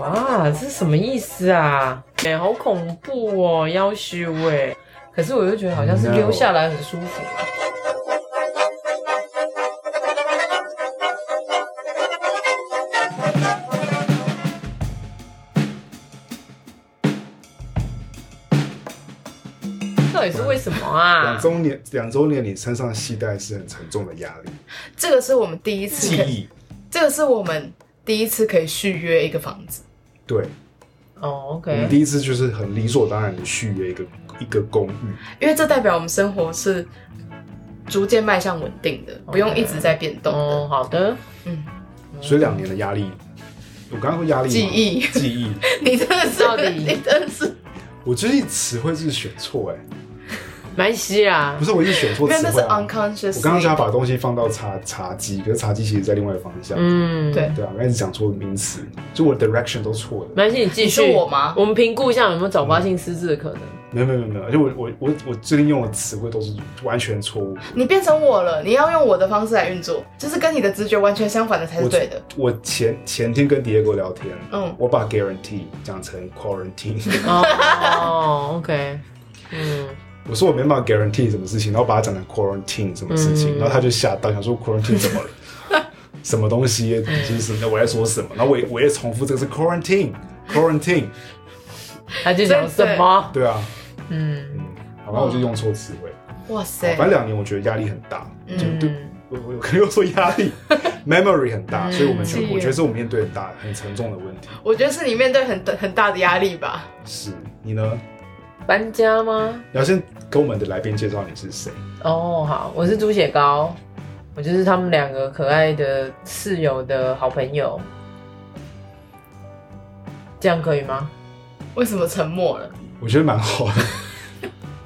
哇，这是什么意思啊？哎、好恐怖哦，要修哎。可是我又觉得好像是 No 溜下来很舒服。到底是为什么两啊？周年，两周年你身上系带是很沉重的压力，嗯这个是我们第一次记可以，忆。这个是我们第一次可以续约一个房子。对，哦我们，OK，第一次就是很理所当然的续约一个一个公寓，因为这代表我们生活是逐渐迈向稳定的，不用一直在变动的。哦，好的，嗯，所以两年的压力，我刚刚说压力吗记忆记忆， 你真的是到底，你真的是，我最近词汇是选错哎、蛮西啦不。是我一直选错因为词那是汇啊。 unconscious。我刚刚想把东西放到茶茶几，可是茶几其实在另外一个方向。嗯，对对啊，我刚才一直讲错名词，就我 direction 都错了。蛮西，你继你续。是我吗？我们评估一下有没有早发性失智的可能。没有没有没有没有，而且我我我我最近用的词汇都是完全错误。你变成我了，你要用我的方式来运作，就是跟你的直觉完全相反的才是我哎对的。我前前天跟 Diego 聊天，嗯我把 guarantee 讲成 quarantine， 哦，OK，嗯，我说我没办法 guarantee 什么事情，然后把它讲成 quarantine 什么事嗯情，然后他就吓到，想说 quarantine 怎 么了？什么东西？就是什么我在说什么？然后我也我也重复这个是 quarantine quarantine， 他就想什么？对啊，嗯，嗯，好吧，我就用错词汇。哇好塞哦反，正两年我觉得压力很大，嗯就对我我我可能又说压 力，memory 很嗯大，所以我们觉得是我觉得是我们面对很大很沉重的问题。我觉得是你面对很很大的压力吧。是你呢？搬家吗？你要先跟我们的来宾介绍你是谁。哦，好，我是猪血糕，我就是他们两个可爱的室友的好朋友，这样可以吗？为什么沉默了？我觉得蛮好的。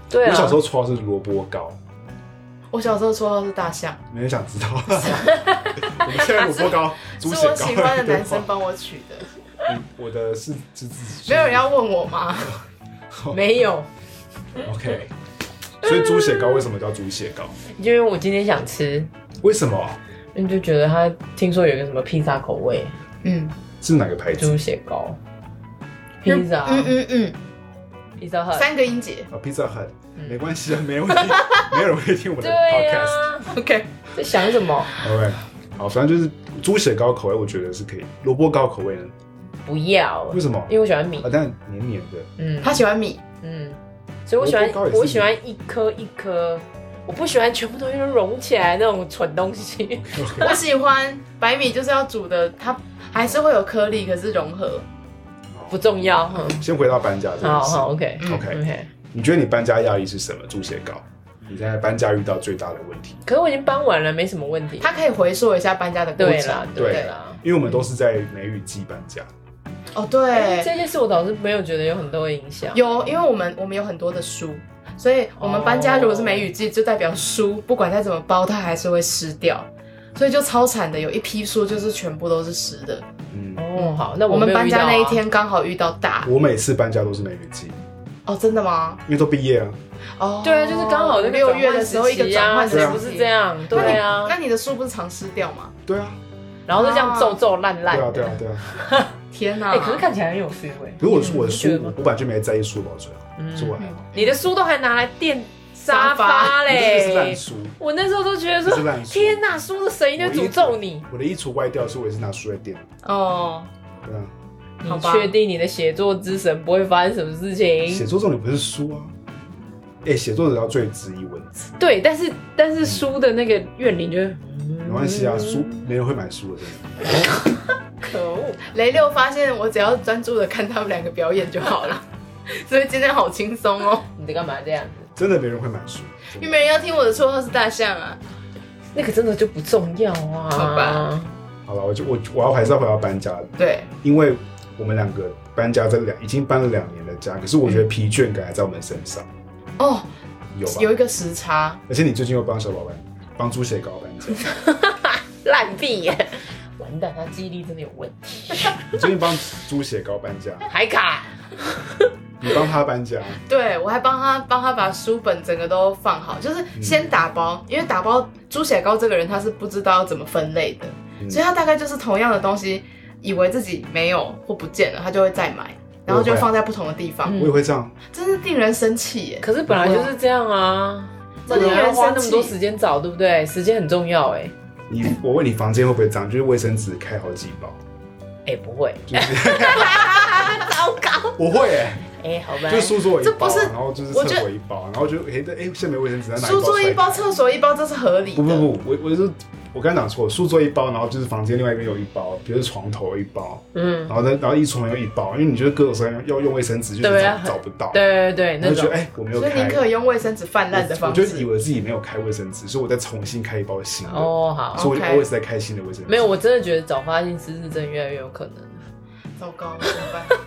对我小啊时，候绰号是萝卜糕，我小时候绰号是大象，没人想知 道。我们现在萝卜糕，猪是血我糕。喜欢的男生帮我取的， 嗯我的是是自己。没有人要问我吗？没有， OK，所以猪血糕为什么叫猪血糕？因为我今天想吃，为什么？啊你就觉得他听说有一个什么披萨口味嗯是哪个牌子猪血糕，披萨，嗯嗯嗯，披萨很，三个音节。啊？Pizza Hut，嗯没关系啊，没问 题，没有人会听我的对呀、 podcast。啊 OK，在想什么？ OK，好，反正就是猪血糕口味，我觉得是可以。萝卜糕口味呢？不要，为什么？因为我喜欢米啊，，但黏黏的，嗯，他喜欢 米，嗯，所以我喜欢萝卜糕也是我喜欢一颗一颗，我不喜欢全部东西都融起来那种蠢东 西。我喜欢白米，就是要煮的，它还是会有颗粒，可是融合。不重要，哼，先回到搬家这好件事。好，OK，嗯 OK， OK。你觉得你搬家压力是什么？猪血糕，你现在搬家遇到最大的问题？可是我已经搬完了，没什么问题。它可以回溯一下搬家的过对程。啦，对对啦。因为我们都是在梅雨季搬家，哦，对，哎这件事我倒是没有觉得有很多的影响。有，因为我们我们有很多的书，所以我们搬家如果是梅雨季，就代表书不管再怎么包，它还是会湿掉，所以就超惨的。有一批书就是全部都是湿的。嗯，哦，好，那我我没们有搬遇到家啊那一，天刚好遇到大我每次搬家都是梅雨季，哦，真的吗？因为都毕业啊，哦，对啊，就是刚好那个六月的时候一个转转换换时时期期啊，谁不是这？样？那你对啊，那你的书不是常湿掉吗？对啊，然后就这样皱皱烂对烂啊，的。对啊，对啊。天哪、哎，可是看起来很有趣味。如果是我的书你不觉得，吗我本来就没在意书包最好，嗯所以我还好。你的书都还拿来垫沙沙发发我 这个是嘞烂，书，我那时候都觉得这是说，烂 书。天哪，书的神一定诅咒你。我的衣橱歪掉的时候，我也是拿书来垫，哦，对啊。好你吧确定你的写作之神不会发生什么事写情？作重点不是书啊，哎、写作者要最质疑文字，对，但是但是书的那个怨灵就是没关系啊，书没人会买书的，真的。可恶，雷六发现我只要专注的看他们两个表演就好了， 所以今天好轻松哦，你在干嘛这样子？真的没人会买书。真因的为没人要听我的绰号是大象啊。那个真的就不重要啊。好吧，好了，我就我我要还是要回到搬家，对，因为我们两个搬家这两已经搬了两年的家，可是我觉得疲倦感还在我们身上，哦，有吧？有一个时差，而且你最近又帮小宝搬，帮猪血糕搬家， 烂币耶！完蛋，他记忆力真的有问题。你最近帮猪血糕搬家，海卡，你帮他搬家，对我还帮他帮他把书本整个都放好，就是嗯先打包，因为打包猪血糕这个人他是不知道要怎么分类的，嗯所以他大概就是同样的东西。以为自己没有或不见了，他就会再买，然后就我也会放在不同的地方，我也会这样，真是令人生气耶！ 可是本来就是这样啊，真的你要花那么多很生气时间找，对不对？时间很重要哎、你我问你房间会不会脏，就是卫生纸开好几包，哎、不 会，糟糕，我会、欸，哎、好吧就是书桌一这不包，是然后就是厕所一包，然后就哎哎、欸、下面卫生纸在哪？书桌一包，，厕所一包，这是合理的。不不不，我我就是我刚才讲错，书桌一包，然后就是房间另外一边有一包，比如是床头一包，嗯，然后呢然后一床有一包，因为你觉得各种时候要用卫生纸，就是对找啊找不到，，对对对，然那后就觉种得哎、欸我没有所以开宁。可用卫生纸泛滥的我方就以式。为自己没有开卫生纸，所以我再重新开一包新的，哦好，所以我就 OK always 在开新的卫生纸。没有，我真的觉得早发现失智症越来越有可能， 糟 糕，怎么办？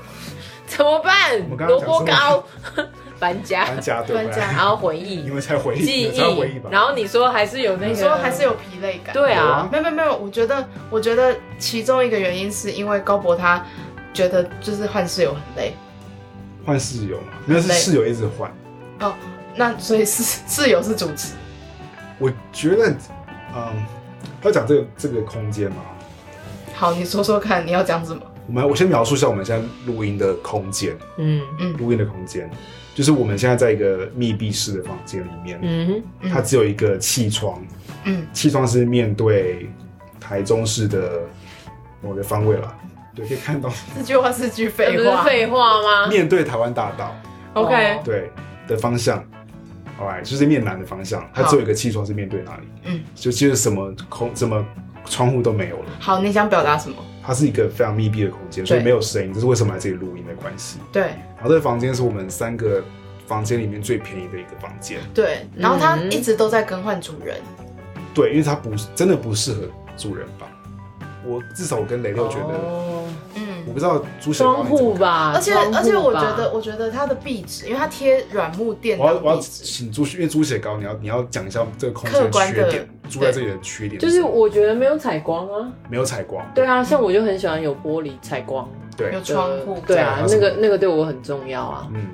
怎么办我们？刚刚萝讲卜糕 搬搬家，家对不搬家对？然后回因忆、为才回忆，记你才回忆忆吧，。然后你说还是有那个，你说还是有疲累感。对有啊啊，没有没有没有，我觉得我觉得其中一个原因是因为高博他觉得就是换室友很累换室友嘛，没有是累室友一直换。哦，那所以是室友是主持，我觉得，嗯，要讲这个这个空间嘛，好，你说说看你要讲什么？我们我先描述一下我们现在录音的空间，嗯录音的空间就是我们现在在一个密闭式的房间里面，嗯嗯它只有一个气窗，嗯，气窗是面对台中市的某个方位了，对，可以看到这句话是句呃这不废是话。废话嗯吗？面对台湾大道， OK，哦对的方向。好来，就是面南的方向，它只有一个气窗是面对哪里，嗯，就就是什么空，什么窗户都没有了。好，你想表达什么？它是一个非常密闭的空间，所以没有声音，这是为什么来这里录音的关系。对然后这个房间是我们三个房间里面最便宜的一个房间，对，然后他嗯一直都在更换主人，对，因为它不真的不适合住人吧。我至少我跟雷六觉得，哦我嗯，不知道朱小窗光你怎么户吧，而且窗户啊吧而且我觉得我觉得他的壁纸，因为他贴软木垫我要当我要壁纸，请朱，因为朱雪高，你要你要讲一下这个空客间观的缺点，住在这里的缺点就是什是么我觉得没有采光啊，没有采光，对啊，像我就很喜欢有玻璃采光，对有，窗户，对啊，对那个那个对我很重要啊，嗯，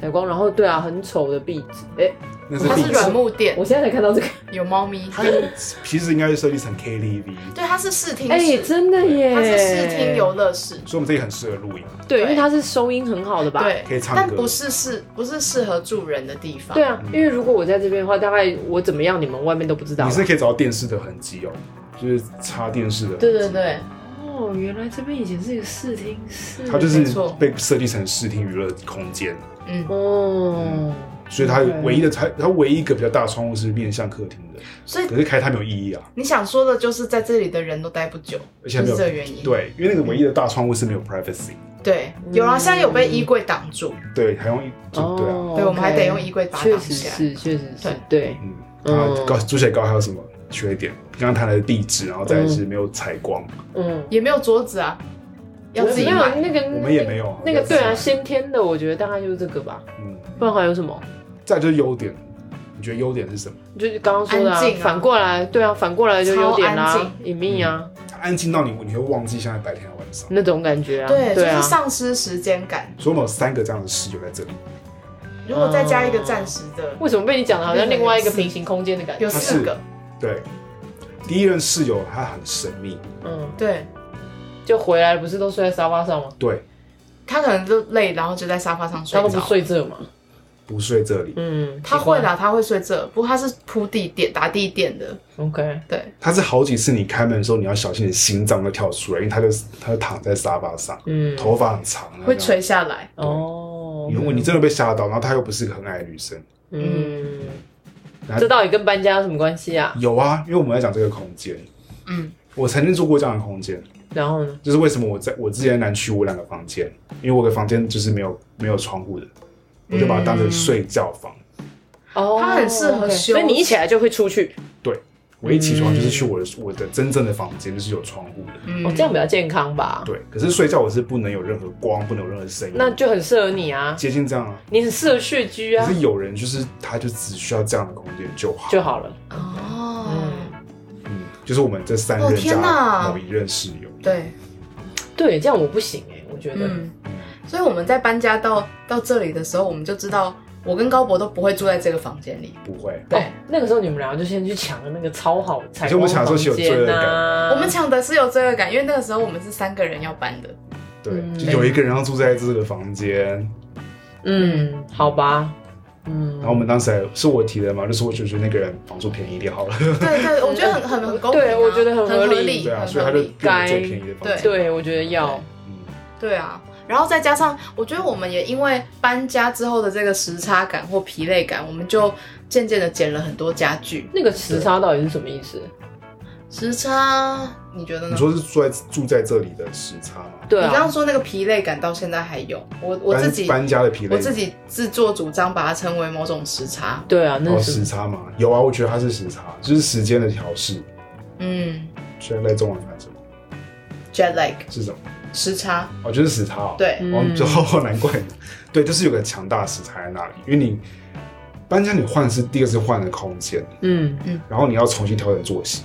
采光，然后对啊，很丑的壁纸，哎，那是它壁是纸，软木垫，我现在才看到这个，有猫咪，它其实应该是设计成 KTV， 对，它是视听哎，室，真的耶，它是视听游乐室，所以我们这里很适合录音，对，因为它是收音很好的吧，对可以，唱歌但不是适不是适合住人的地方。对，啊，因为如果我在这边的话，大概我怎么样，你们外面都不知道你啊。是可以找到电视的痕迹哦，就是插电视的痕迹，对对对，哦，原来这边以前是一个视听室，它就没是错被设计成视听娱乐空间，嗯，哦，所以它 OK 唯一的它它唯一一个比较大的窗户是面向客厅的，所以可是开它没有意义啊，你想说的就是在这里的人都待不久，而且没就是有这个原因。对，因为那个唯一的大窗户是没嗯有 privacy，对，有啊，现在有被衣柜挡住，对，还用一就对啊，哦对，我们还 OK 得用衣柜把它确挡实起来。是，确实是对，对，嗯，然后嗯高朱雪高还有什么缺点？刚刚谈的地址，然后再来是没有采光，嗯，也没有桌子啊，要自己没有买。那个，我们也没有啊嗯那个，对啊，要自己先天的，我觉得大概就是这个吧，嗯，不然还有什么？再来就是优点，你觉得优点是什么？就是刚刚说的、安静啊反过来，对啊，反过来就优点啦、超安隐秘啊、它安静到你你会忘记现在白天还是晚上，那种感觉啊，对，就啊是，丧失时间感。所以我们有三个这样的室友在这里，如果再加一嗯个暂时的，为什么被你讲的好像另外一个平行空间的感觉有？四个，对，第一任室友他很神秘，嗯，对就回来不是都睡在沙发上吗？对，他可能就累，然后就在沙发上睡他都不着。睡这嘛，不睡这里，嗯，他会的啦，他会睡这，不过他是铺地垫、打地垫的。 ，OK，对，他是好几次你开门的时候，你要小心你的心脏会跳出来，因为他就他就躺在沙发上，嗯，头发很长，然后会垂下来。哦这样。，如果你真的被吓到，然后他又不是个很爱的女生，嗯，然后这到底跟搬家有什么关系啊？有啊，因为我们在讲这个空间，嗯，我曾经住过这样的空间，然后呢？就是为什么我在我之前在南区我有两个房间，因为我的房间就是没有没有窗户的，我就把它当成睡觉房。哦它很适合 OK 休所以你一起来就会出去，我一起床就是去我的、我的真正的房间，就是有窗户的。嗯哦，这样比较健康吧？对，可是睡觉我是不能有任何光，不能有任何声音，那就很适合你啊，接近这样啊。你很适合穴居可啊，是有人就是他就只需要这样的空间就好。就好了。哦，嗯，就是我们这三哦任天哪加某一任室友，对，嗯对，这样我不行哎、我觉得，嗯，所以我们在搬家到到这里的时候，我们就知道我跟高博都不会住在这个房间里。不会。对，那个时候你们俩就先去抢了那个超好的采而且我光们抢的房时候是有罪恶间啊感呐、我们抢的是有罪恶感，因为那个时候我们是三个人要搬的。对，嗯就有一个人要住在这个房间，嗯，好吧，嗯，然后我们当时还是我提的嘛，就是我就觉得那个人房租便宜一点好了，对对，我觉得很很很公平啊、对我觉得很很合理理，对啊，很所以他合就理。给我们最便宜的房对间。对我觉得要，嗯，对啊，然后再加上，我觉得我们也因为搬家之后的这个时差感或疲累感，我们就渐渐的捡了很多家具。那个时差到底是什么意思？时差，你觉得你呢？说是住在住在这里的时差吗？对你刚啊刚，说那个疲累感到现在还有，我我搬自己搬家的疲累，我自己自作主张把它称为某种时差。对啊，然那后是什哦时么差嘛，有啊，我觉得它是时差，就是时间的调试。嗯虽然在中文翻什么，jet lag 是什么？时差，哦，就是时差哦。，对，嗯哦，就难怪你，对，就是有个强大的时差在那里，因为你搬家你换的是第二次换的空间，嗯然后你要重新调整作息，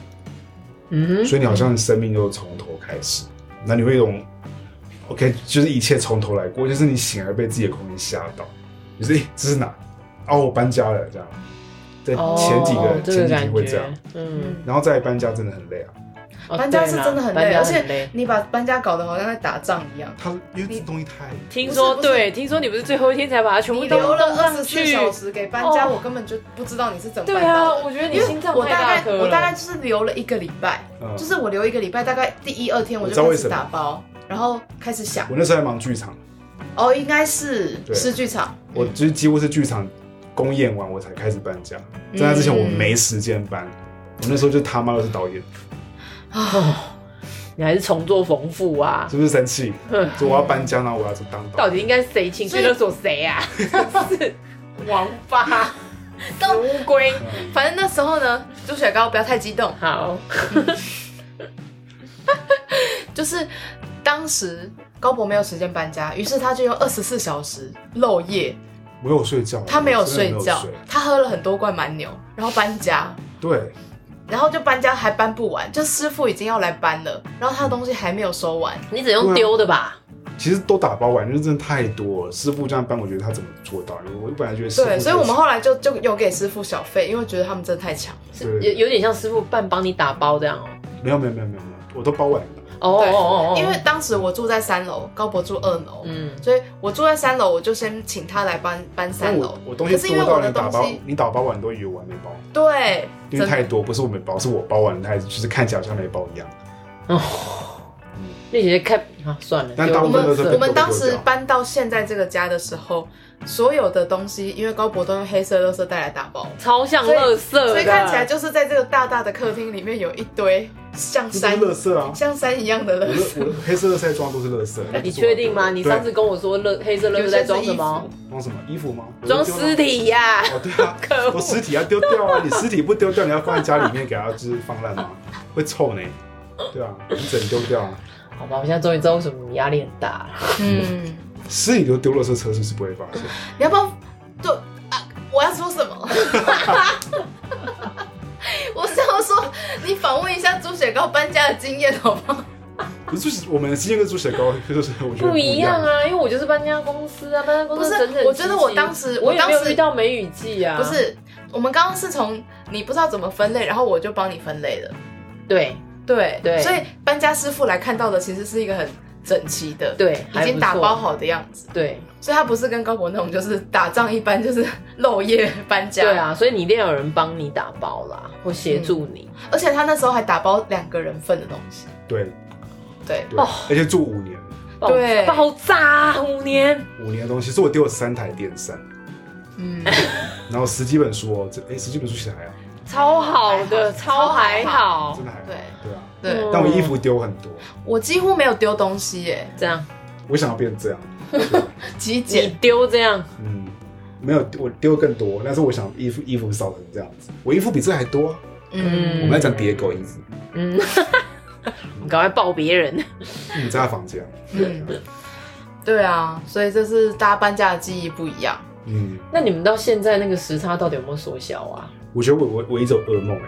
嗯所以你好像生命就从头开始，那你会有一种 OK，就是一切从头来过，就是你醒来被自己的空间吓到，你说诶这是哪？哦，我搬家了这样，在哦前几个、这个前几感天觉，会这样，嗯，嗯，然后再搬家真的很累啊。哦搬家是对啦真的很累，搬家而且累你把搬家搞得好像在打仗一样。他因为这东西太听说不是不是对，听说你不是最后一天才把它全部你啊都留了弄二上十四去，小时给搬家，哦我根本就不知道你是怎么对办到啊，的。我觉得你因心为脏我太大概颗了，哦我大概就是留了一个礼拜，嗯就是我留一个礼拜，大概第一二天我我知道就开为什始么打包，然后开始想，我那时候还忙剧场，哦，应该是对是剧场，我就是几乎是剧场公演完我才开始搬家，在那之前我没时间搬。我那时候就他妈的是导演，你还是重做缝复啊。是不是生气嗯？说我要搬家，然后我要去当导到演。底应该谁情绪所以勒索谁啊？ 是王八、到死乌龟。反正那时候呢，朱雪糕不要太激动，好，就是当时高博没有时间搬家，于是他就用二十四小时漏夜，我有睡觉，他没有我哦真的睡觉，他喝了很多罐蛮牛，然后搬家，对，然后就搬家还搬不完，就师傅已经要来搬了，然后他的东西还没有收完，你只用丢的吧？其实都打包完，就是真的太多了。师傅这样搬，我觉得他怎么做到？我本来觉得师傅对，所以我们后后来就就有给师傅小费，因为觉得他们真的太强。是有对有点像师傅半帮你打包这样哦。没有没有没有没有，没有我都包完了。哦哦哦哦，因为当时我住在三楼，高博住二楼，嗯，所以我住在三楼，我就先请他来搬搬但三楼我。我东可西是因为多到我的你打东包西，你打包完都以为我还没包，对，因为太多，不是我没包，是我包完了，它就是看起来好像没包一样。那些看啊，算了，但丢大我部分垃都是圾们我们当丢时掉搬到现在这个家的时候，所有的东西因为高博都用黑色垃圾袋来打包，超像垃圾的，所以看起来就是在这个大大的客厅里面有一堆像这都山是垃圾啊！像山一样的我垃的圾。我 的黑色垃圾装都是垃圾。哎你确定吗？对你上次跟我说垃黑色垃圾在装什么？装什么衣服吗？装尸。体 呀、哦，对啊可恶，我尸体要丢掉啊！你尸体不丢掉，你要放在家里面给它就是放烂吗？会臭呢。对啊，你整丢掉啊！好吧，我现在终于知道为什么你压力很大了。嗯，尸体丢丢垃圾车是是不会发现。你要不要？对啊，我要说什么？ 我是要说，你访问一下朱雪糕搬家的经验好不好？可是就是我们今天跟猪血糕就是我觉得不一一样样。啊，因为我就是搬家公司啊，搬家公不司是整整齐齐我觉得我当时我也当没有遇时到梅雨季啊，不是，我们刚刚是从你不知道怎么分类，然后我就帮你分类了。对对对所以搬家师傅来看到的其实是一个很整齐的，，对，已还经不打错包好的样子，对所以他不是跟高博那种就是打仗一般，就是漏夜搬家。对，啊，所以你一定要有人帮你打包啦，或协助你。而且他那时候还打包两个人份的东西，对对，哦对，而且住五年，爆对爆炸啊五年，五年的东西，所以我丢了三台电扇，嗯，然后十几本书哦，这哎十几本书写还好，超哎好的，还好超还好真。的还好。对对啊，对、嗯但我衣服丢很多，我几乎没有丢东西耶，这样我想要变这样。对极你简。丢这样，嗯，没有，我丢更多，但是我想衣服衣服少成这样子，我衣服比这还多啊。嗯，我们在讲叠狗衣服，嗯，你赶快抱别人。你在他房间啊，嗯对啊，所以这是大家搬家的记忆不一样。嗯， 那你们到现在那个时差到底有没有缩小啊？我觉得我我我一直有噩梦哎、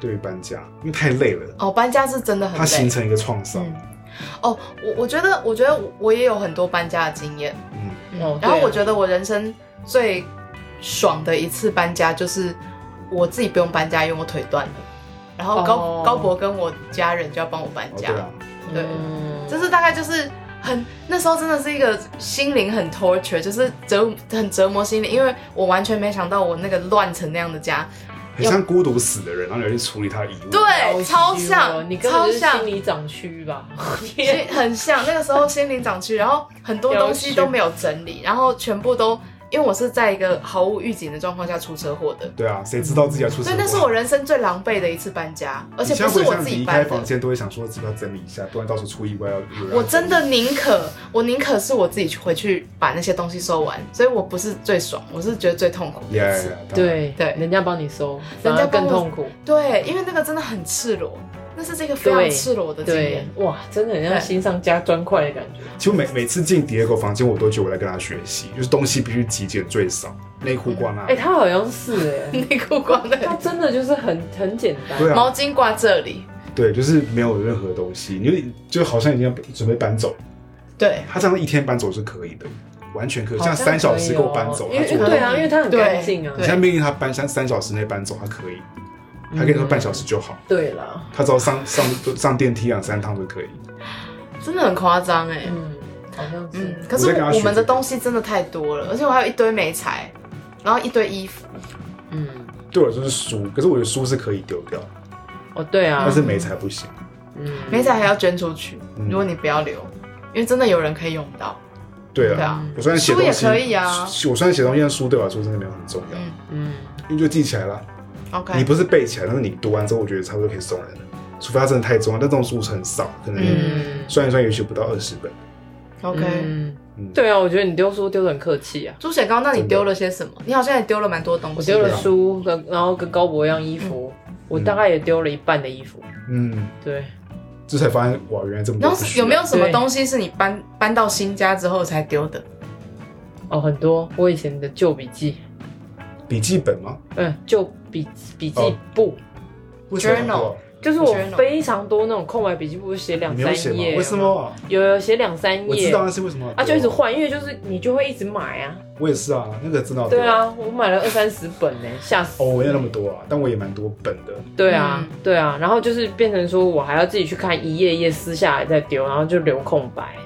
对于搬家，因为太累了，哦，搬家是真的很它形累。成一个创伤，嗯哦，我我觉得，我觉得我也有很多搬家的经验。嗯，哦然后对啊我觉得我人生最爽的一次搬家就是我自己不用搬家，因为我腿断了，然后高、哦高博跟我家人就要帮我搬哦家，对啊，对嗯就是大概就是很那时候真的是一个心灵很 torture，就是折很折磨心灵，因为我完全没想到我那个乱成那样的家，很像孤独死的人，然后你要去处理他的遗物。好对，虚超哦像，你根本超就是像心。理长区 吧？心很像那个时候心灵长区，然后很多东西都没有整理，然后全部都因为我是在一个毫无预警的状况下出车祸的，对啊，谁知道自己要出什所么以祸？那是我人生最狼狈的一次搬家，而且你现不在回是我想自你己离开搬房的。间都会想说，是不是要整理一下，不然到时候出意外要有人要我真的宁可，我宁可是我自己去回去把那些东西收完，所以我不是最爽，我是觉得最痛苦的呀一呀次。呀，对对人家帮你收，反人家而帮更我痛苦。对，因为那个真的很赤裸，那是这个非常对赤裸的经对验。，哇，真的很像对心上加砖块的感觉。其实每每次进迪 i 狗房间，我都觉得我在跟他学习，就是东西必须极简最少，内裤啊挂那哎、里，他好像是哎、 内裤光的，他真的就是很很简单。对啊，毛巾挂这里，对，就是没有任何东西，你就就好像已经要准备搬走，对，他这样一天搬走是可以的，完全可以，好像像三小时可以够哦搬走，因他为做得对啊，到。因为他很对干净啊。你对现在命令他搬三三小时内搬走，他可以，他可以说半小时就好，对啦，他只要上上上电梯啊两三趟就可以。真的很夸张哎。嗯，好像是。嗯，可我是在跟他我学我们这的个东西真的太多了，而且我还有一堆美材，然后一堆衣服，嗯，对我来说是书，可是我觉得书是可以丢掉，哦，对啊但，是美才不行。嗯，美材还要捐出去，嗯如果你不要留，因为真的有人可以用到。对对啊，啊，我虽然写书东也西可以啊。我虽然写东西，但书对我来说真的没有很重要，嗯嗯，因为就记起来了。你，OK，不是背起来，但是你读完之后，我觉得差不多可以送人了。除非它真的太重要，但这种书是很少，可能嗯算一算也许不到二十本。 OK。嗯嗯对啊，我觉得你丢书丢的很客气啊。猪血糕，那你真的丢了些什么？你好像也丢了蛮多东我西丢的。了啊书，跟然后跟高博一样衣服，我大概也丢了一半的衣服。嗯，对，这才发现哇，原来这么多然啊后不需是要有没有什么对东西是你搬搬到新家之后才丢的？哦，很多我以前的旧笔记，笔记本吗？嗯，旧笔笔记哦簿，为什么 Journal 就是我 Journal 非常多那种空白笔记簿，写两你没有写三吗？页。啊为什？么？有有写两三我页知道，那是为什么要丢啊，就一直。换，因为就是你就会一直买啊。我也是啊，那个真的要丢对。啊，我买了二三十本呢、吓死哦，。我没有那么多啊，但我也蛮多本的。对啊嗯，对啊，然后就是变成说我还要自己去看一页一页撕下来再丢，然后就留空白。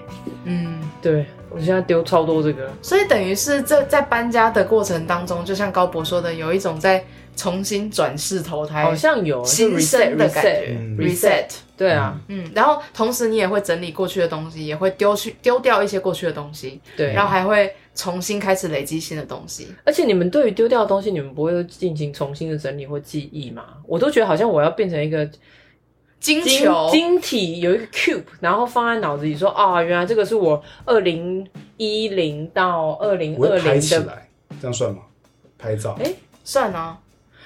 嗯，对我现在丢超多这个，所以等于是这在搬家的过程当中，就像高博说的，有一种在重新转世投胎、好像有就新生的 reset- 感觉 reset，嗯 reset。对啊，嗯，然后同时你也会整理过去的东西，也会丢去丢掉一些过去的东西，对。然后还会重新开始累积新的东西。而且你们对于丢掉的东西，你们不会进行重新的整理或记忆吗？我都觉得好像我要变成一个金晶球，晶体，有一个 cube，然后放在脑子里说啊，原来这个是我二零一零到二零我二会拍零起的。来，这样算吗？拍照哎。算啊，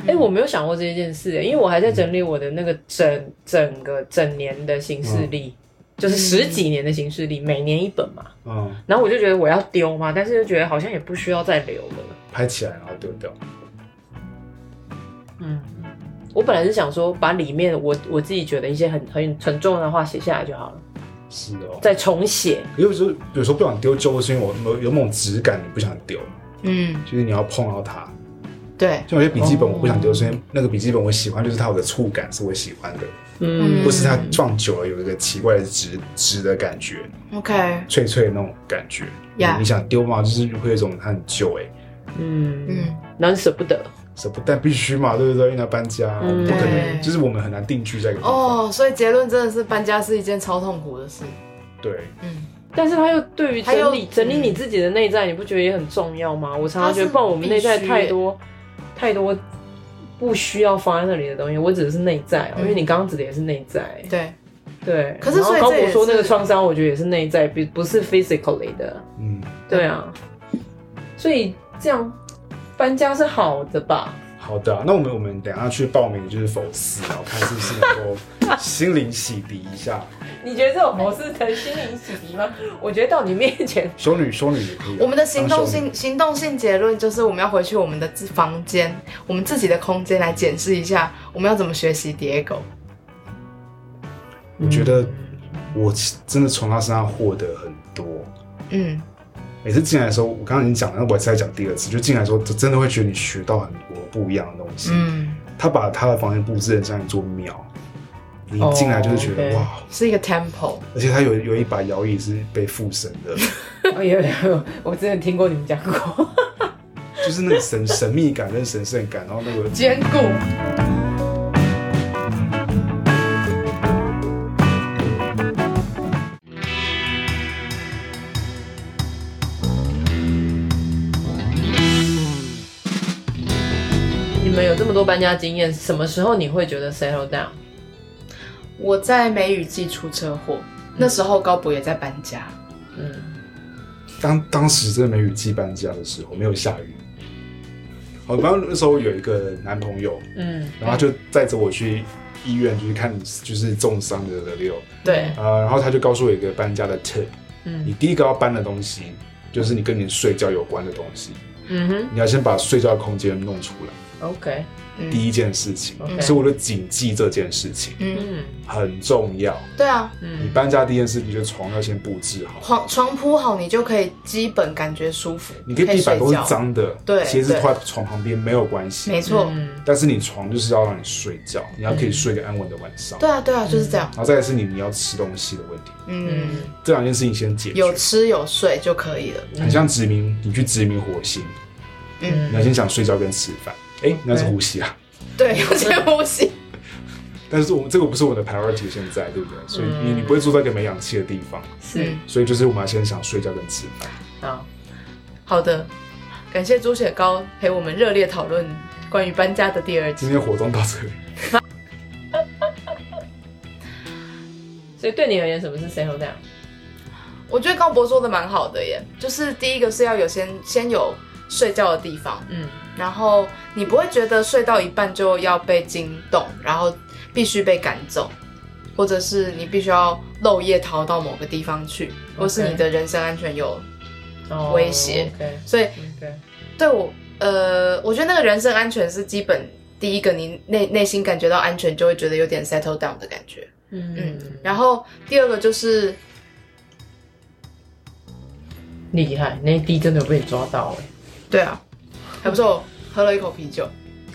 哎、我没有想过这件事、哎因为我还在整理我的那个整整个整年的行事历，就是十几年的行事历，每年一本嘛。嗯，然后我就觉得我要丢嘛，但是又觉得好像也不需要再留了。拍起来然后丢掉。嗯，我本来是想说把里面我我自己觉得一些很很很重要的话写下来就好了，是哦。再重写。因为就是有时候不想丢旧，是因为我有有某种质感，你不想丢，嗯，就是你要碰到它。对，像有些笔记本我不想丢，哦是因为那个笔记本我喜欢，就是它有个触感是我喜欢的，嗯，或是它撞久了有一个奇怪的直直的感觉， ，OK，脆脆的那种感觉。呀你想丢嘛，就是会有一种它很旧哎、嗯嗯，嗯，然后舍不得。舍不但必须嘛，对不对？因为它搬家，嗯我们不可能，对就是我们很难定居在一个地方。哦，所以结论真的是搬家是一件超痛苦的事。对，嗯，但是他又对于他又整理整理嗯你自己的内在，你不觉得也很重要吗？我常常觉得，他是不然我们内在必须太多太多不需要放在那里的东西。我指的是内在哦，嗯因为你刚刚指的也是内在，对，对。可是然后所以高这也博说那个是创伤，我觉得也是内在，不不是 physically 的，嗯，对啊。所以这样搬家是好的吧？好的啊、那我们我们等一下去报名就是否四，然后看是不是能够心灵洗涤一下。你觉得这种模式的心灵洗涤吗？我觉得到你面前，修女，修女也可以啊、我们的行当动修女性行动性结论就是我们要回去我们的自房间，我们自己的空间来检视一下我们要怎么学习叠狗。我觉得我真的从他身上获得很多，嗯，每次进来的时候，我刚刚已经讲了，那我再讲第二次，就进来的时候，真的会觉得你学到很多不一样的东西。嗯，他把他的房间布置得像一座庙，你哦进来就是觉得、 OK 哇，是一个 temple，而且他有有一把摇椅是被附身的， 哦，有有，我真的听过你们讲过。就是那个神神秘感跟神圣感，然后那个坚固。你们有这么多搬家经验，什么时候你会觉得 settle down？我在梅雨季出车祸，那时候高博也在搬家，嗯，当当时真的梅雨季搬家的时候没有下雨。我刚刚那时候有一个男朋友，嗯，然后他就载着我去医院，就是看就是重伤的人流，对，呃，然后他就告诉我一个搬家的 tip，你嗯第一个要搬的东西就是你跟你睡觉有关的东西，嗯哼你要先把睡觉的空间弄出来， ，OK，嗯第一件事情， OK 所以我就谨记这件事情嗯，嗯很重要。对啊，你嗯搬家第一件事情就是床要先布置好，床床铺好，你就可以基本感觉舒服，你可以地板都是脏的，对鞋子对拖在床旁边没有关系，没错，嗯但是你床就是要让你睡觉，你要可以睡个安稳的晚上。对啊，对啊，就是这样，然后再来是你你要吃东西的问题，嗯，嗯这两件事情先解决。有吃有睡就可以了，很像殖民，你去殖民火星，你要嗯，先想睡觉跟吃饭。哎、那是 OK 呼吸啊，对，有些呼吸，但是我们这个不是我的 priority 现在，对不对？所以嗯你你不会住在一个没氧气的地方，是嗯所以就是我们要先想睡觉跟吃饭。好，好的，感谢猪血糕陪我们热烈讨论关于搬家的第二今集。天活动到这里，所以对你而言，什么是 settle down？我觉得高博说的蛮好的耶，就是第一个是要有先先有睡觉的地方，嗯然后你不会觉得睡到一半就要被惊动，然后必须被赶走，或者是你必须要漏夜逃到某个地方去，或是你的人身安全有，哦威胁，OK 所以 OK，对我，呃，我觉得那个人身安全是基本第一个，你内内心感觉到安全，就会觉得有点 settle down 的感觉。嗯，嗯，然后第二个就是厉害，那一滴真的有被你抓到哎，对啊，还不错，喝了一口啤酒。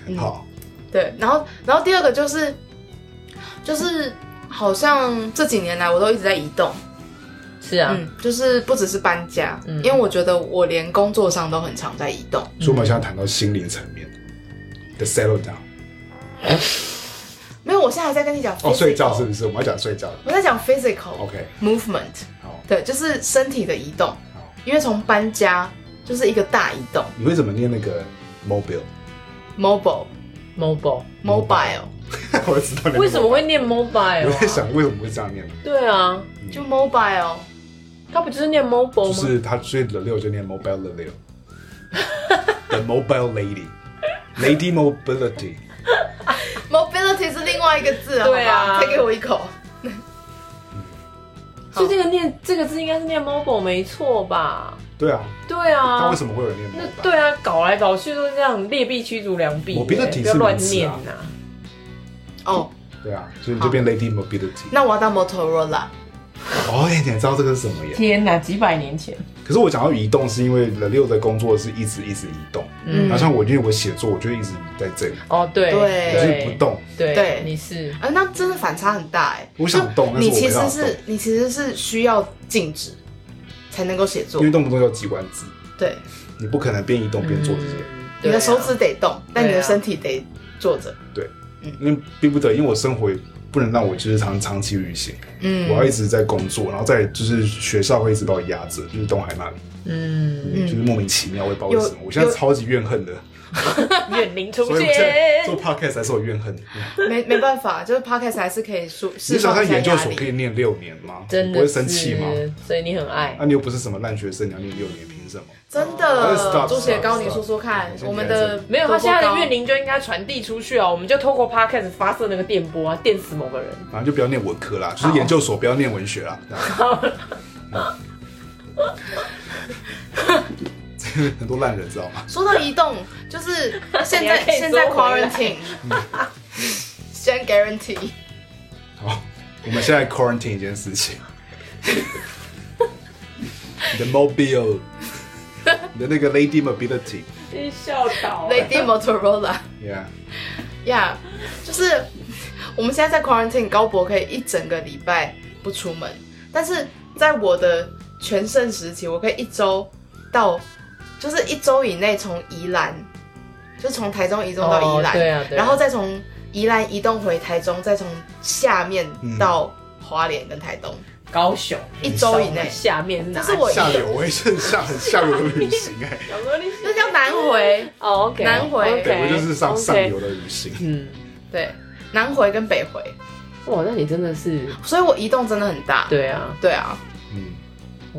嗯好，对，然后然后第二个就是就是好像这几年来我都一直在移动，是啊，嗯，就是不只是搬家，嗯因为我觉得我连工作上都很常在移动。所以我们嗯现在谈到心灵层面的 settle down。没有，我现在还在跟你讲哦， physical 睡觉是不是？我们要讲睡觉。我在讲 physical OK， movement，好，对，就是身体的移动好，因为从搬家就是一个大移动你会怎么念那个 mobile？ ，mobile mobile，嗯 mobile 我知道你为什么会念 mobile？我在啊想为什么会这样念，对啊，就 mobile，它不就是念 mobile 就吗？是他所以的六就念 mobile 的六 ，the mobile lady，lady mobility。 Mobility 是另外一个字，对啊好吧再给我一口。所以这个念这个字应该是念 mobile 没错吧？对啊，对啊，他为什么会有人念那 mobile？对啊，搞来搞去都是这样，劣币驱逐良币，我别的提不示要乱名词念啊呐、哦，对啊，所以你就变 lady mobility。那我要当 Motorola。哦，哎，你也知道这个是什么耶？天哪，几百年前，可是我讲到移动，是因为了六的工作是一直一直移动，嗯然后像我因为我写作，我就一直在这里，哦，对对我就是不对动。对对你是啊，那真的反差很大哎、我想动就你其但实是我没办法是你其实是需要静止才能够写作因为，动不动要几万字，啊对，你不可能边移动边做这些。嗯你对啊的手指得动，但你对的啊身体得坐着。嗯因为逼不得，因为我生活也不能让我就是长长期旅行，嗯我要一直在工作，然后再就是学校会一直把我压着，就是东海那里，嗯，就是莫名其妙，我也不知道为什么。有我现在超级怨恨的，怨灵出所以我现在现做 podcast 还是我怨恨。没没办法，就是 podcast 还是可以舒你释想放他一下研究压所可以力。念六年吗？真你的不会生气啊吗？是？所以你很爱那、，你又不是什么烂学生，你要念六年，凭什么？真我是 stop，的，猪血 stop，糕， stop 你说说看我先，我们停在这的里没有，他萝卜现在的糕怨灵就应该传递出去啊！我们就透过 podcast 发射那个电波啊，电死某个人。反正就不要念文科啦，就是研究所不要念文学啦。 这样嗯很多烂人知道吗？说到移动，就是现 你还在可以现在缩回来 quarantine，先嗯 guarantee。好，我们现在 quarantine 一件事情。你的 mobile 你的那个 lady mobility。 真笑倒了。 Lady Motorola。 Yeah，呀就是我们现在在 quarantine，高博可以一整个礼拜不出门，但是在我的全盛时期，我可以一周到，就是一周以内从宜兰，就从台中移动到宜兰，对啊，对啊然后再从宜兰移动回台中，再从下面到花莲跟台东，高雄一周以内，下面是哪这里？是我一下流哎，这很下很下流的旅行哎， 小萝莉这叫南回，哦，OK，南回 OK，对我就是上 OK 上游的旅行。嗯，对，南回跟北回，哇，那你真的是所以我移动真的很大，对啊，对啊，嗯，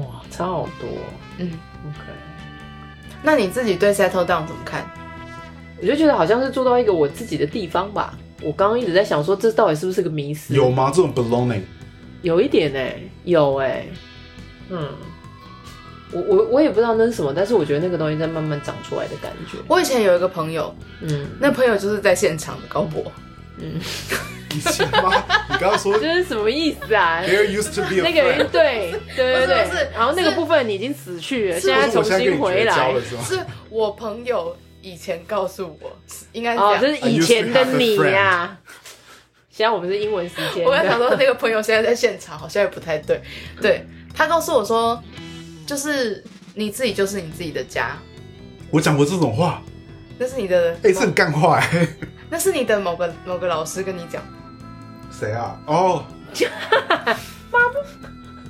哇，差好多。哦嗯， OK，那你自己对 settle down 怎么看？我就觉得好像是住到一个我自己的地方吧。我刚刚一直在想说，这到底是不是个迷思？有吗？这种 belonging 有一点哎、有哎、嗯，我我我也不知道那是什么，但是我觉得那个东西在慢慢长出来的感觉。我以前有一个朋友，嗯，那朋友就是在现场的高博，以前 吗？你刚刚说这是什么意思啊？ there used to be a 那个人 friend，对对对对，不是不是然后那个是部分你已经死去了，是现在重我现在跟新你回绝交来了。是吗？ 是我朋友以前告诉我，是应该哎是这哦，样。就是以前的你呀、现在我们是英文时间的。我在想说，那个朋友现在在现场，好像也不太 对。对他告诉我说，就是你自己就是你自己的家，我讲过这种话，那是你的，哎，这很干话哎。 那是你的某个某个老师跟你讲。谁啊？哦，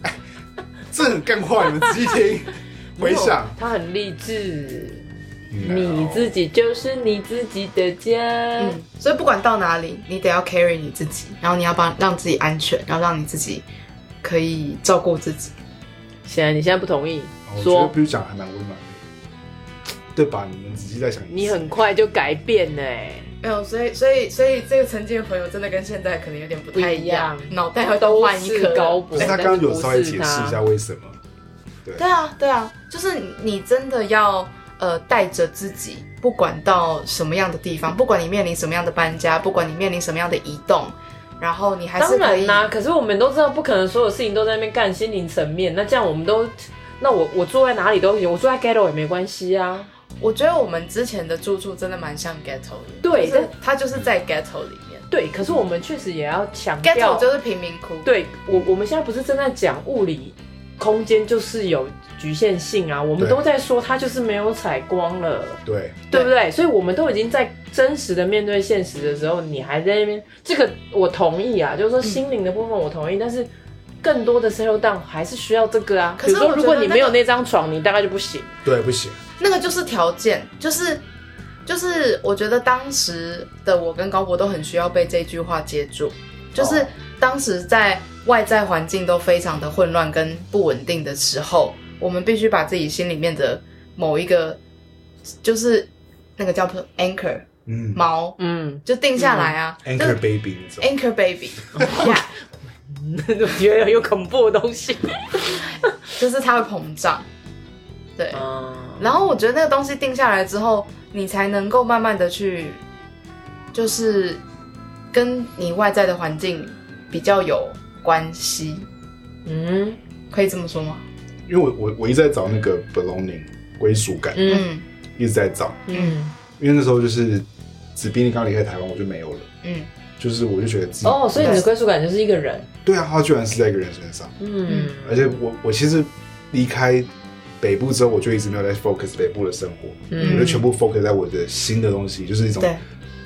哎 这很干话，你们仔细听， 回想嗯他很励志，你你自己就是你自己的家。嗯，所以不管到哪里，你得要 carry 你自己，然后你要帮让自己安全，然后让你自己可以照顾自己。显然你现在不同意，哦哦我觉得说比如讲还蛮温暖的，对吧？你们仔细再想一次，你很快就改变呢、没有，所以所以所以这个曾经的朋友真的跟现在可能有点不太一样不一，样脑袋会都换一都颗是高博可是他刚刚有稍微解释一下为什么，对啊，对啊，就是你你真的要呃带着自己，不管到什么样的地方，不管你面临什么样的搬家，不管你面临什么样的移动，然后你还当是可然以。啦、可是我们都知道不可能所有事情都在那边干心灵层面，那这样我们都，那我我住在哪里都行，我住在 ghetto 也没关系啊。我觉得我们之前的住处真的蛮像 ghetto 的，对就是但它就是在 ghetto 里面对，可是我们确实也要强，ghetto 调，就是贫民窟。对我我们现在不是正在讲物理空间就是有局限性啊，我们对都在说它就是没有采光了，对，对不对？所以我们都已经在真实的面对现实的时候，你还在那边，这个我同意啊，就是说心灵的部分我同意，但是。更多的 settle down 还是需要这个啊，可是比如我说，如觉果得你那没有个那张床，你大概就不行。对，不行，那个就是条件，就是就是我觉得当时的我跟高博都很需要被这句话接住，就是哦当时在外在环境都非常的混乱跟不稳定的时候，我们必须把自己心里面的某一个就是那个叫 anchor 嗯锚 嗯， 就定下来啊、就是，anchor baby 那哎种， anchor baby，yeah, 我觉得有恐怖的东 西。就是它会膨胀，对。嗯，然后我啊觉得那个东西定下来之后，你才能够慢慢的去，就是跟你外在的环境比较有关系，嗯可以这么说吗？因为我我我一直在找那个 belonging 归属感，嗯嗯一直在找，嗯。因为那时候就是子斌刚离开台湾，我就没有了，嗯，就是我就觉得自己，哦，所以你的归属感就是一个人。对啊，他居然是在一个人身上，嗯，而且我我其实离开北部之后，我就一直没有在 focus 北部的生活，我嗯就全部 focus 在我的新的东西，就是一种对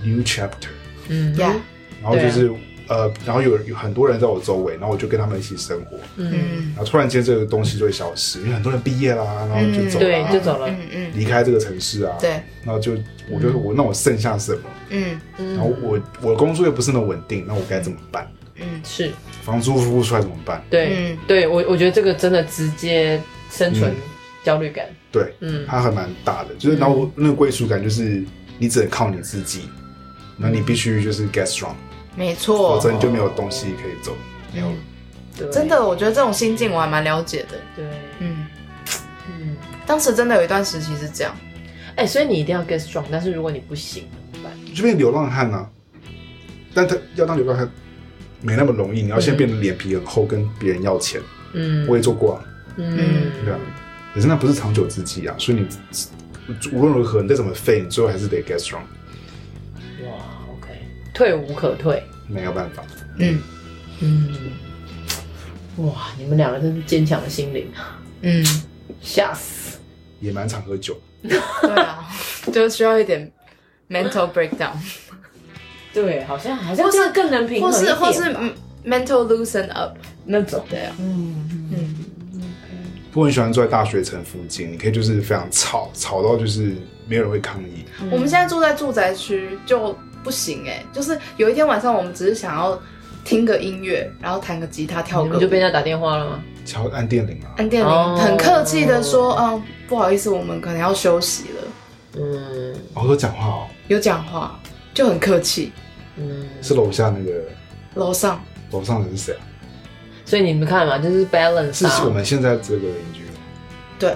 new chapter。嗯呀、然后就是、啊呃，然后有有很多人在我周围，然后我就跟他们一起生活，嗯，嗯然后突然间这个东西就会消失，因为很多人毕业啦，然后就走了、对，就走了。嗯嗯，离开这个城市啊，，对，然后就我就我那我剩下什么？嗯嗯然后我我工作又不是那么稳定，那我该怎么办？嗯是房租付不出来怎么办？对，嗯，对我我觉得这个真的直接生存嗯焦虑感。对，嗯它还蛮大的，就是然后我那个归属感就是你只能靠你自己，那你必须就是 get strong，没否错嗯则，你就没有东西可以走，没有了。对真的，我觉得这种心境我还蛮了解的。对，嗯，嗯，当时真的有一段时期是这样，哎，所以你一定要 get strong，但是如果你不行怎么办？就变流浪汉啊。但他要当流浪汉没那么容易，你要先变得脸皮很厚，跟别人要钱。嗯我也做过啊，对啊嗯，可是那不是长久之计啊，所以你无论如何，你再怎么废，你最后还是得 get strong，哇，OK，退无可退。没有办法。嗯嗯，哇，你们两个真是坚强的心灵，啊嗯，吓死！也蛮常喝酒，对啊， 就需要一点 mental breakdown，对，好像好像或是这样更能平衡或一是点或是嗯 mental loosen up，那种，对啊，嗯嗯，不过很喜欢住在大学城附近，你可以就是非常吵，吵到就是没有人会抗议。嗯我们现在住在住宅区就不行哎、就是有一天晚上我们只是想要听个音乐，然后弹个吉他跳你个们舞就被人家打电话了吗？敲按电铃啊，安店哦里很客气的说，嗯，不好意思，我们可能要休息了。嗯我都讲话哦，有讲话就很客气，嗯，是楼下那个楼上楼上的是谁啊？所以你们看嘛，就是 balance 是啊。我们现在这个邻居。对，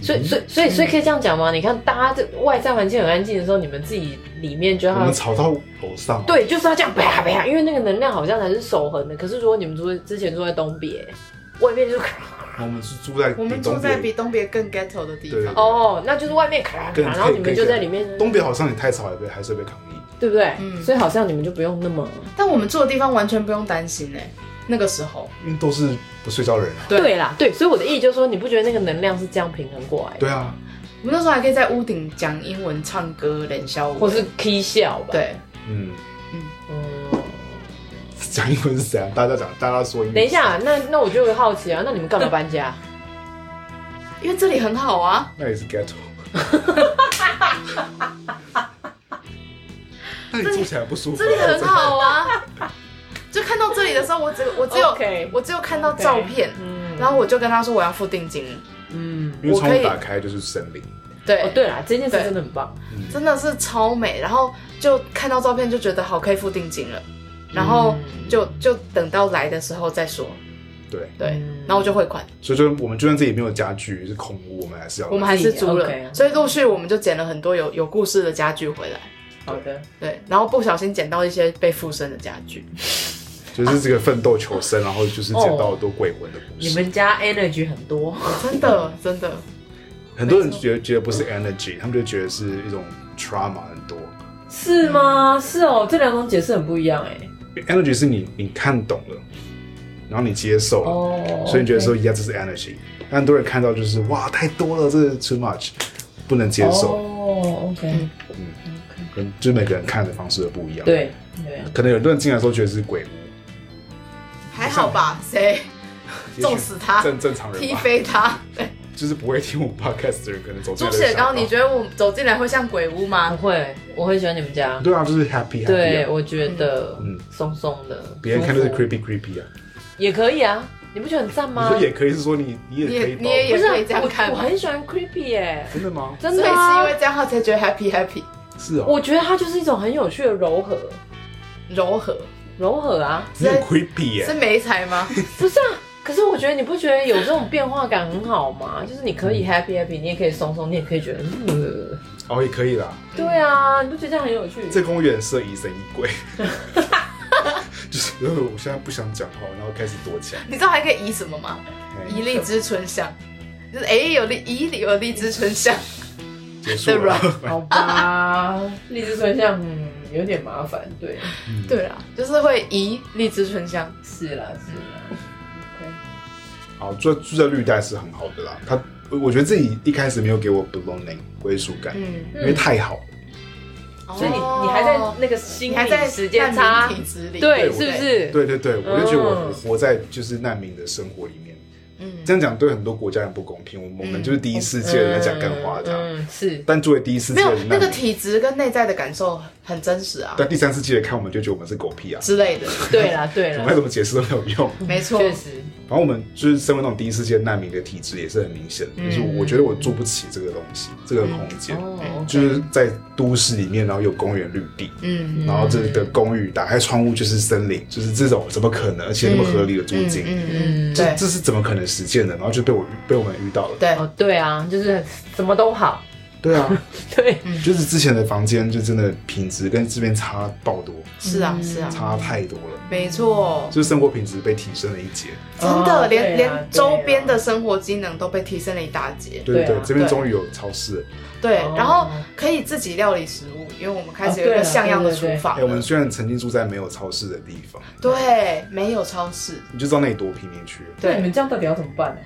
所嗯以所以所以所以可以这样讲吗？你看，大家这外在环境很安静的时候，你们自己里面就我要们吵到楼上、，啊对，就是要这样啪啪，因为那个能量好像才是守恒的。可是如果你们住之前住在东北，外面就是 我们是住在我们比住东在北比东别更 ghetto 的地对方。哦，那就是外面咔咔，更然后你们就在里面，东北好像你太吵也被还是会被抗议。对不对？嗯所以好像你们就不用那么但我们住的地方完全不用担心哎、那个时候因为都是不睡觉的人啊。对啦，对。所以我的意思就是说，你不觉得那个能量是这样平衡过来的，对啊，我们那时候还可以在屋顶讲英文、唱歌、冷笑舞，或是 K 笑吧？，对，嗯，嗯。讲英文是怎样？大家讲，大家说英文。等一，下，那那我就会好奇啊，那你们干嘛搬家？因为这里很好啊。那也是 ghetto。那你住起来不舒服、啊？这里很 好啊。就看到这里的时候，我只我只有 OK 我只有看到 照片嗯然后我就跟他说我要付定金。嗯，因为窗我可户以打开就是森林。对、哦，对啦，这件事对真的很棒。真的是超美。然后就看到照片就觉得好，可以付定金了。然后嗯就就等到来的时候再说，对，对嗯，然后我就汇款，所以就我们就算自己没有家具，是空屋，我们还是要。我们还是自租己，OK 了，所以陆续我们就捡了很多有有故事的家具回来，好的，对，然后不小心捡到一些被附身的家具， 就是这个奋斗求生，然后就是捡哦到很多鬼魂的故事。你们家 energy 很多，真的真的，很多人觉得觉得不是 energy，他们就觉得是一种 trauma 很多。是吗？是哦，这两种解释很不一样哎。 energy 是你你看懂了，然后你接受了，哦所以你觉得说 yeah 这是 energy，但很多人看到就是哇太多了，这是 too much，不能接受，嗯哦，OK，跟就是每个人看的方式都不一样。，对对啊，可能有的人进来的时候觉得是鬼屋，还好吧， 谁也许揍死他正正常 人踢吧，飞他？对，就是不会听我们 podcast 的人可能走进猪来的血想啊法糕，你觉得我走进来会像鬼屋不吗？会，我很喜欢你们家。对啊，就是 happy happy，啊对，我觉得嗯松松的，别人看就是舒服 creepy creepy 啊，也可以啊，你不觉得很赞你吗说？也可以是说你你也可以你包你也不是啊也可以这样看我我很喜欢 creepy 哎，真的吗？真所以的是啊因为这样他才觉得 happy happy 是哦，我觉得它就是一种很有趣的柔和，柔和，柔和啊，你很 creepy 耶是，没才 吗？不是啊。可是我觉得你不觉得有这种变化感很好吗？就是你可以嗯 happy happy，你也可以松松，你也可以觉得，嗯，哦也可以啦。对啊，你不觉得这样很有趣？这公园设疑神疑鬼， 就是呃我现在不想讲话，然后开始躲起来。你知道还可以移什么吗？ 哎一荔枝春香，就是哎、有荔一里有荔枝春香，结束了，好吧，荔枝春像嗯有点麻烦， 对，嗯啊对啦，就是会移荔枝春香，是啦是啦好住在住在绿带是很好的啦。他我我觉得自己一开始没有给我 belonging 归属感，嗯，因为太好了，哦所以你你还在那个心你理还在时间差难，民体质里，对，我是不？是？对对对，我就觉得我嗯活在就是难民的生活里面。嗯这样讲对很多国家很不公平，我们我们嗯就是第一世界人在讲干话这样，嗯，是但作为第一世没界有的那难个民，体质跟内在的感受很真实啊但第三世界的看我们就觉得我们是狗屁啊，之类的， 对 啦对我啦们，怎么解释都没有用。没错，确实，然后我们就是身为那种第一世界难民的体质也是很明显的，嗯就是我觉得我住不起这个东西，这个空间，哦，就是在都市里面，然后有公园绿地，嗯，然后这个公寓打开窗户就是森林，就是这种怎么可能？而且那么合理的租金，嗯嗯，这对这嗯是怎么可能实现的？然后就被我被我们遇到了。对哦，对啊，就是什么都好， 对啊，对，嗯就是之前的房间就真的品质跟这边差爆多，是啊嗯是啊，差太多了，没错，就是生活品质被提升了一截。真哦的连对啊连周边对的啊生活机能都被提升了一大截。对对对对，啊这边对终于有超市了。对哦，然后可以自己料理食物，因为我们开始有一哦对个啊像样的厨哎、房我们了。虽然曾经住在没有超市的地方，对，没有超市，你就知道那里多平民区了，那你对，们这样到底要怎么办呢？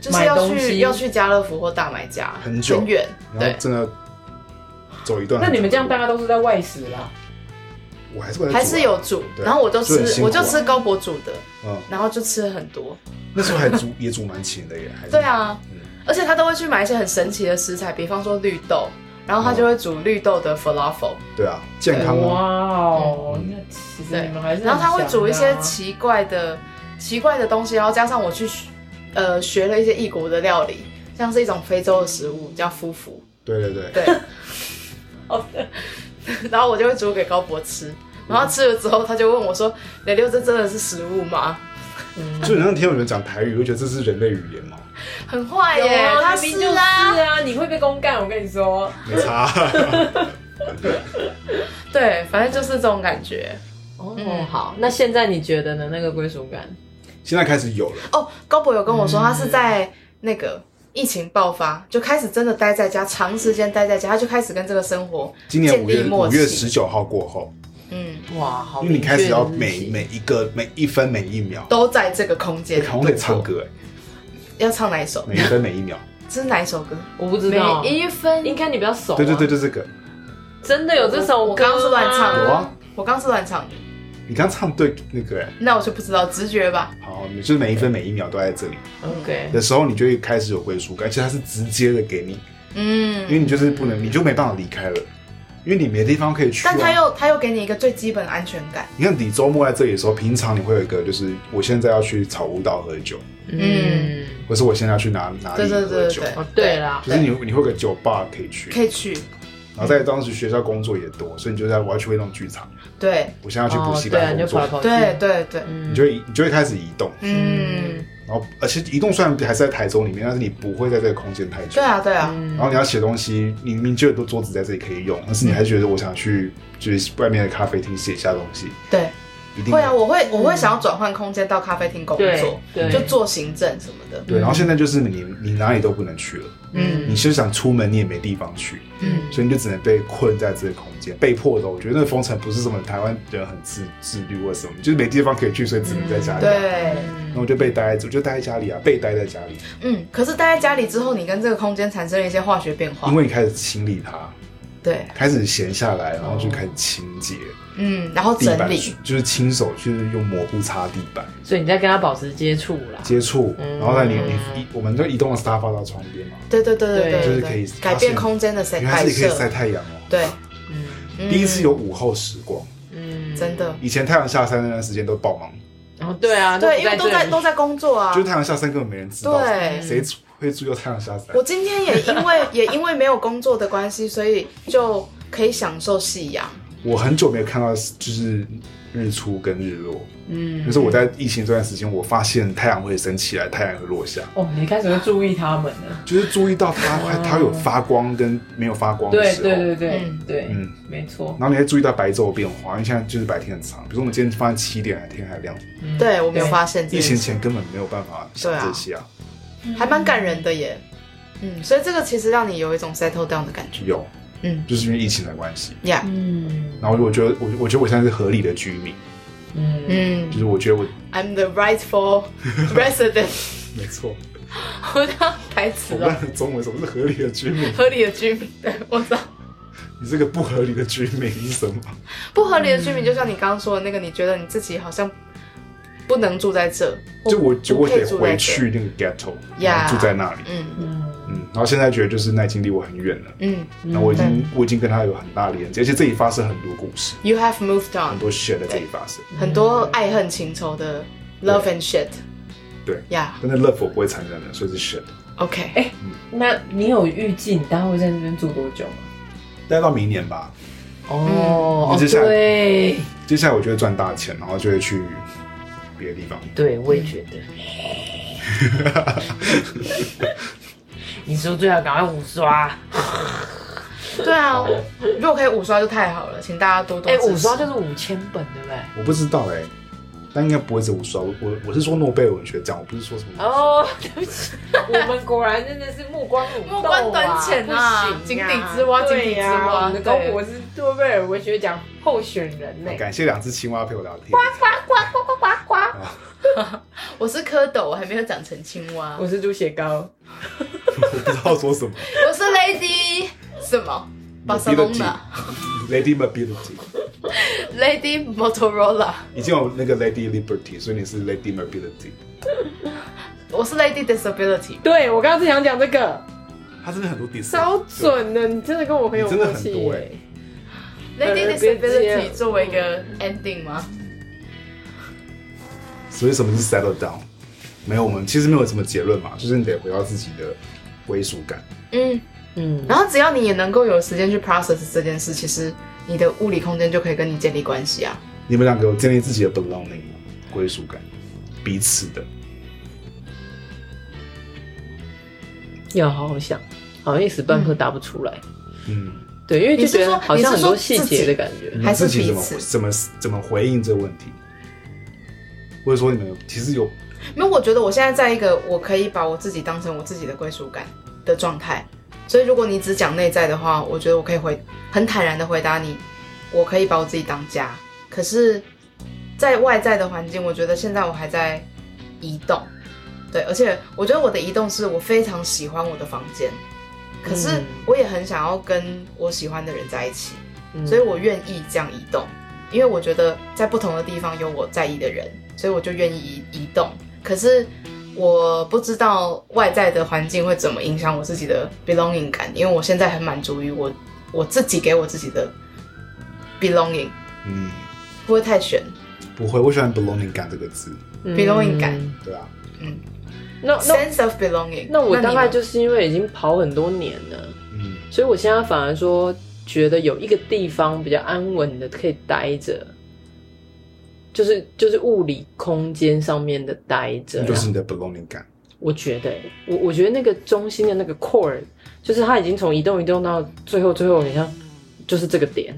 就是要买东西去要去家乐福或大买家，很久远。然对后，真的走一段。那你们这样大，家都是在外食啦，我还是回来、啊、还是有煮，对然后我就就很辛吃苦啊我就吃高博煮的，嗯，然后就吃了很多。那时候还煮也煮蛮勤的耶，还是对，啊嗯，而且他都会去买一些很神奇的食材，比方说绿豆，然后哦他就会煮绿豆的 falafel，对啊，健康哇啊，哦，嗯那其实对你们还是很然后他会煮一想些啊奇怪的奇怪的东西，然后加上我去学呃学了一些异国的料理，像是一种非洲的食物叫夫妇，对对 对，对，哦，对 然后我就会煮给高博吃。然后吃了之后，他就问我说：“雷六，这真的是食物吗就你那天有人讲台语，我就觉得这是人类语言嘛，？”很坏有耶，啊他明明是就是啊，啊，你会被公干，我跟你说。没差、对，反正就是这种感觉。哦嗯好，那现在你觉得呢？那个归属感， 现在开始有了，哦，高博有跟我说，嗯他是在那个疫情爆发就开始真的待在家，长时间待在家，他就开始跟这个生活今年五建月立默五契月十九号过后，嗯，哇，好因为你开始要每美美每一个每一分每一秒，都在这个空间。好像得唱，歌要唱哪一首哎，？每一分每一 秒，这是哪一首歌？我不知道，一分应该你比较熟、啊。对对对，就这个，真的有这首歌吗我刚刚是乱唱的有啊，我刚是乱唱的，你刚唱对那个哎，那我就不知道，直觉吧。好，你就是每一分每一秒都在这里 OK，的时候，你就会开始有归属感，而且它是直接的给你，因为嗯，你就是不能，你就没办法离开了，因为你没地方可以去、啊。但他又他又给你一个最基本的安全感。你看，你周末在这里的时候，平常你会有一个，就是我现在要去草悟道喝酒，嗯，或是我现在要去哪哪对里喝对酒，对对对，哦对啦，就是你你会有个酒吧可以去，可以去。然后在当时学校工作也多，所以你就在我要去那种剧场，对我现在要去补习哦对啊班你就工跑作，来跑去，对对对，嗯你就会你就会开始移动，嗯，然后而且移动虽然还是在台中里面，但是你不会在这个空间太久对。啊对啊，嗯然后你要写东西，你明明就有多桌子在这里可以用，但是你还是觉得我想去就是外面的咖啡厅写一下东西，对，一定会啊，我会我会想要转换空间到咖啡厅工嗯对作，对，就做行政什么的。对。然后现在就是你你哪里都不能去了，嗯你就想出门你也没地方去，嗯所以你就只能被困在这个空间，被迫的。我觉得那个封城不是什么台湾人很自自律或什么，就是没地方可以去，所以只能在家里。对，然后我就被待在，我就待在家里啊，被待在家里，嗯，可是待在家里之后，你跟这个空间产生了一些化学变化因。为你开始清理它，对，开始闲下来，然后就开始清洁嗯，然后地哦整板理，，就是亲手去用抹布擦地板所以你在跟他保持接触啦。接触，嗯然后在你你移，我们就移动了沙发到床边嘛，对对对对对对，就是对可以改发变现空间的摆原来摆自己可以晒设。太阳哦。对，嗯嗯第一次有午后时光，嗯真，的，以前太阳下山那段时间都爆忙，然后对啊，对，因为都在都都在工作啊就。是太阳下山根本没人知道，对谁会注意到太阳下山我？今天也因为 也因为没有工作的关系，所以就可以享受夕阳。我很久没有看到就是日出跟日落，嗯可是我在疫情这段时间，我发现太阳会升起来，太阳会落下，哦，你开始会注意他们了。就是注意到它哦它有发光跟没有发光的对时候。对对对嗯对，哦嗯没错然。后你会注意到白昼的变化，因为现在就是白天很长，比如说我们今天发现七点，天还亮，嗯对我没有发现这疫件情事，前根本没有办法想这些啊。还蛮感人的耶。嗯，所以这个其实让你有一种 settle down 的感觉。有，嗯就是因为疫情的关系。呀，嗯然后我觉得我我觉得我现在是合理的居民，嗯嗯就是我觉得我，I'm the rightful resident。 没错，我当台词我不知哦，道中文什么是合理的居民，合理的居民，对我知道。你这个不合理的居民是什么？不合理的居民，就像你刚刚说的那个，你觉得你自己好像不能住在这，就我觉得我不可得以住在回这去那个 ghetto，呀然后住在那里。嗯嗯嗯，然后现在觉得就是那已经离我很远了，嗯那我已经我已经跟他有很大的连接，而且这里发生很多故事， ，You have moved 很 on，多 shit 在这里发生。很多爱恨情仇的 love and shit。对呀但是 love 我不会产生的，所以是 shit。 ，OK，那你有预计你大概会在那边住多久吗？待到明年吧，哦，嗯接下来对，接下来我就会赚大钱，然后就会去别的地方。 对我也觉 得。你说最好赶快五刷，对啊，如果可以五刷就太好了，请大家多多哎、支持。五刷就是五千本，对不对？我不知道哎、但应该不会是五刷。我我我是说诺贝尔文学奖，我不是说什么。哦，对不起，我们果然真的是目光鲁、啊、目光短浅啊不行井底之蛙对井底之呀蛙我们的对高博是诺贝尔文学奖候选人呢、感谢两只青蛙陪我聊天。啊我是蝌蚪，我还没有长成青蛙。我是猪血糕，我不知道 说什么。我是 Lady 什么 Mobility Barcelona Lady Mobility Lady Motorola，已经有那个 Lady Liberty，所以你是 Lady Mobility。我是 Lady Disability。对我刚刚是想讲这个，他真的很多 dis，超准的，你真的跟我很有你真的默很契多耶、哎欸 Lady 呃别接 Disability 作为一个 ending 吗？所以什么是 settle down？没有，我们其实没有什么结论嘛，就是你得回到自己的归属感。嗯，嗯，然后只要你也能够有时间去 process 这件事，其实你的物理空间就可以跟你建立关系啊。你们两个有建立自己的 belonging 吗归属感，彼此的。要好好想，好像一时半刻答不出来。嗯，对，因为就觉你是得说好像很多你是细说自己节的感觉你。们嗯还是自己彼怎么此怎么怎么回应这个问题？或者说你们有其实有因为我觉得我现在在一个我可以把我自己当成我自己的归属感的状态，所以如果你只讲内在的话，我觉得我可以回很坦然的回答你，我可以把我自己当家。可是，在外在的环境，我觉得现在我还在移动，对，而且我觉得我的移动是我非常喜欢我的房间，可是嗯我也很想要跟我喜欢的人在一起。嗯所以我愿意这样移动，因为我觉得在不同的地方有我在意的人，所以我就愿意移移动。可是我不知道外在的环境会怎么影响我自己的 belonging 感，因为我现在很满足于我我自己给我自己的 belonging，嗯不会太悬。不会，我喜欢 belonging 感这个字，嗯 belonging 感对啊，那那 sense of belonging 那我你呢大概就是因为已经跑很多年了，嗯，所以我现在反而说觉得有一个地方比较安稳的可以待着，就是就是物理空间上面的待着啊啦。那就是你的 belonging 感。我觉得欸，我我觉得那个中心的那个 core，就是它已经从移动移动到最后最后，你像就是这个点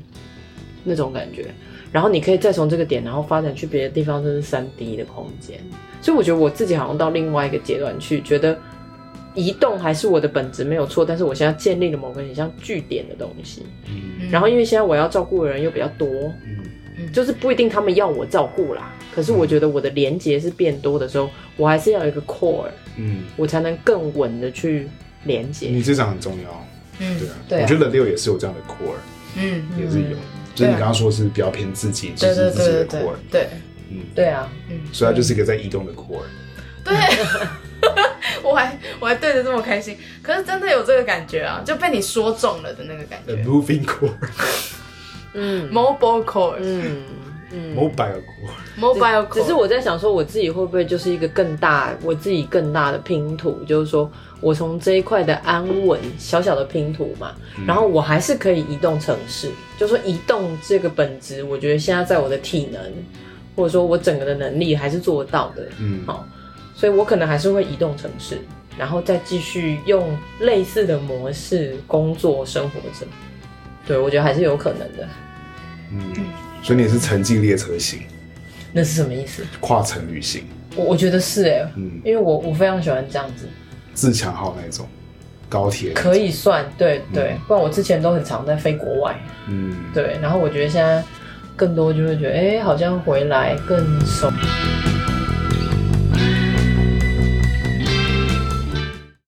那种感觉。然后你可以再从这个点，然后发展去别的地方，这是三 D 的空间。所以我觉得我自己好像到另外一个阶段去，觉得移动还是我的本质没有错，但是我现在建立了某个很像据点的东西。嗯嗯然后因为现在我要照顾的人又比较多，嗯就是不一定他们要我照顾啦，可是我觉得我的连接是变多的时候，我还是要有一个 core。嗯，我才能更稳的去连接。你这场很重要，嗯对啊，对啊我觉得六也是有这样的 core，嗯也是有嗯，就是对你啊刚刚说是比较偏自己，就对是对自己对对的对 core，对嗯，对啊，嗯所以它就是一个在移动的 core，对， 我还我还对着这么开心，可是真的有这个感觉啊，就被你说中了的那个感呃觉。 ，moving core，嗯 Mobile core, 嗯哦嗯。 mobile core， mobile core，只是我在想说，我自己会不会就是一个更大，我自己更大的拼图，就是说我从这一块的安稳小小的拼图嘛，嗯然后我还是可以移动城市，就说移动这个本质，我觉得现在在我的体能，或者说我整个的能力还是做得到的，嗯好、哦所以我可能还是会移动城市，然后再继续用类似的模式工作生活着。对，我觉得还是有可能的。嗯，所以你也是城际列车型，那是什么意思？跨城旅行，我我觉得是哎、嗯，因为我我非常喜欢这样子，自强号那种，高铁，可，以算对对嗯，不然我之前都很常在飞国外，嗯，对，然后我觉得现在更多就会觉得，哎、好像回来更熟。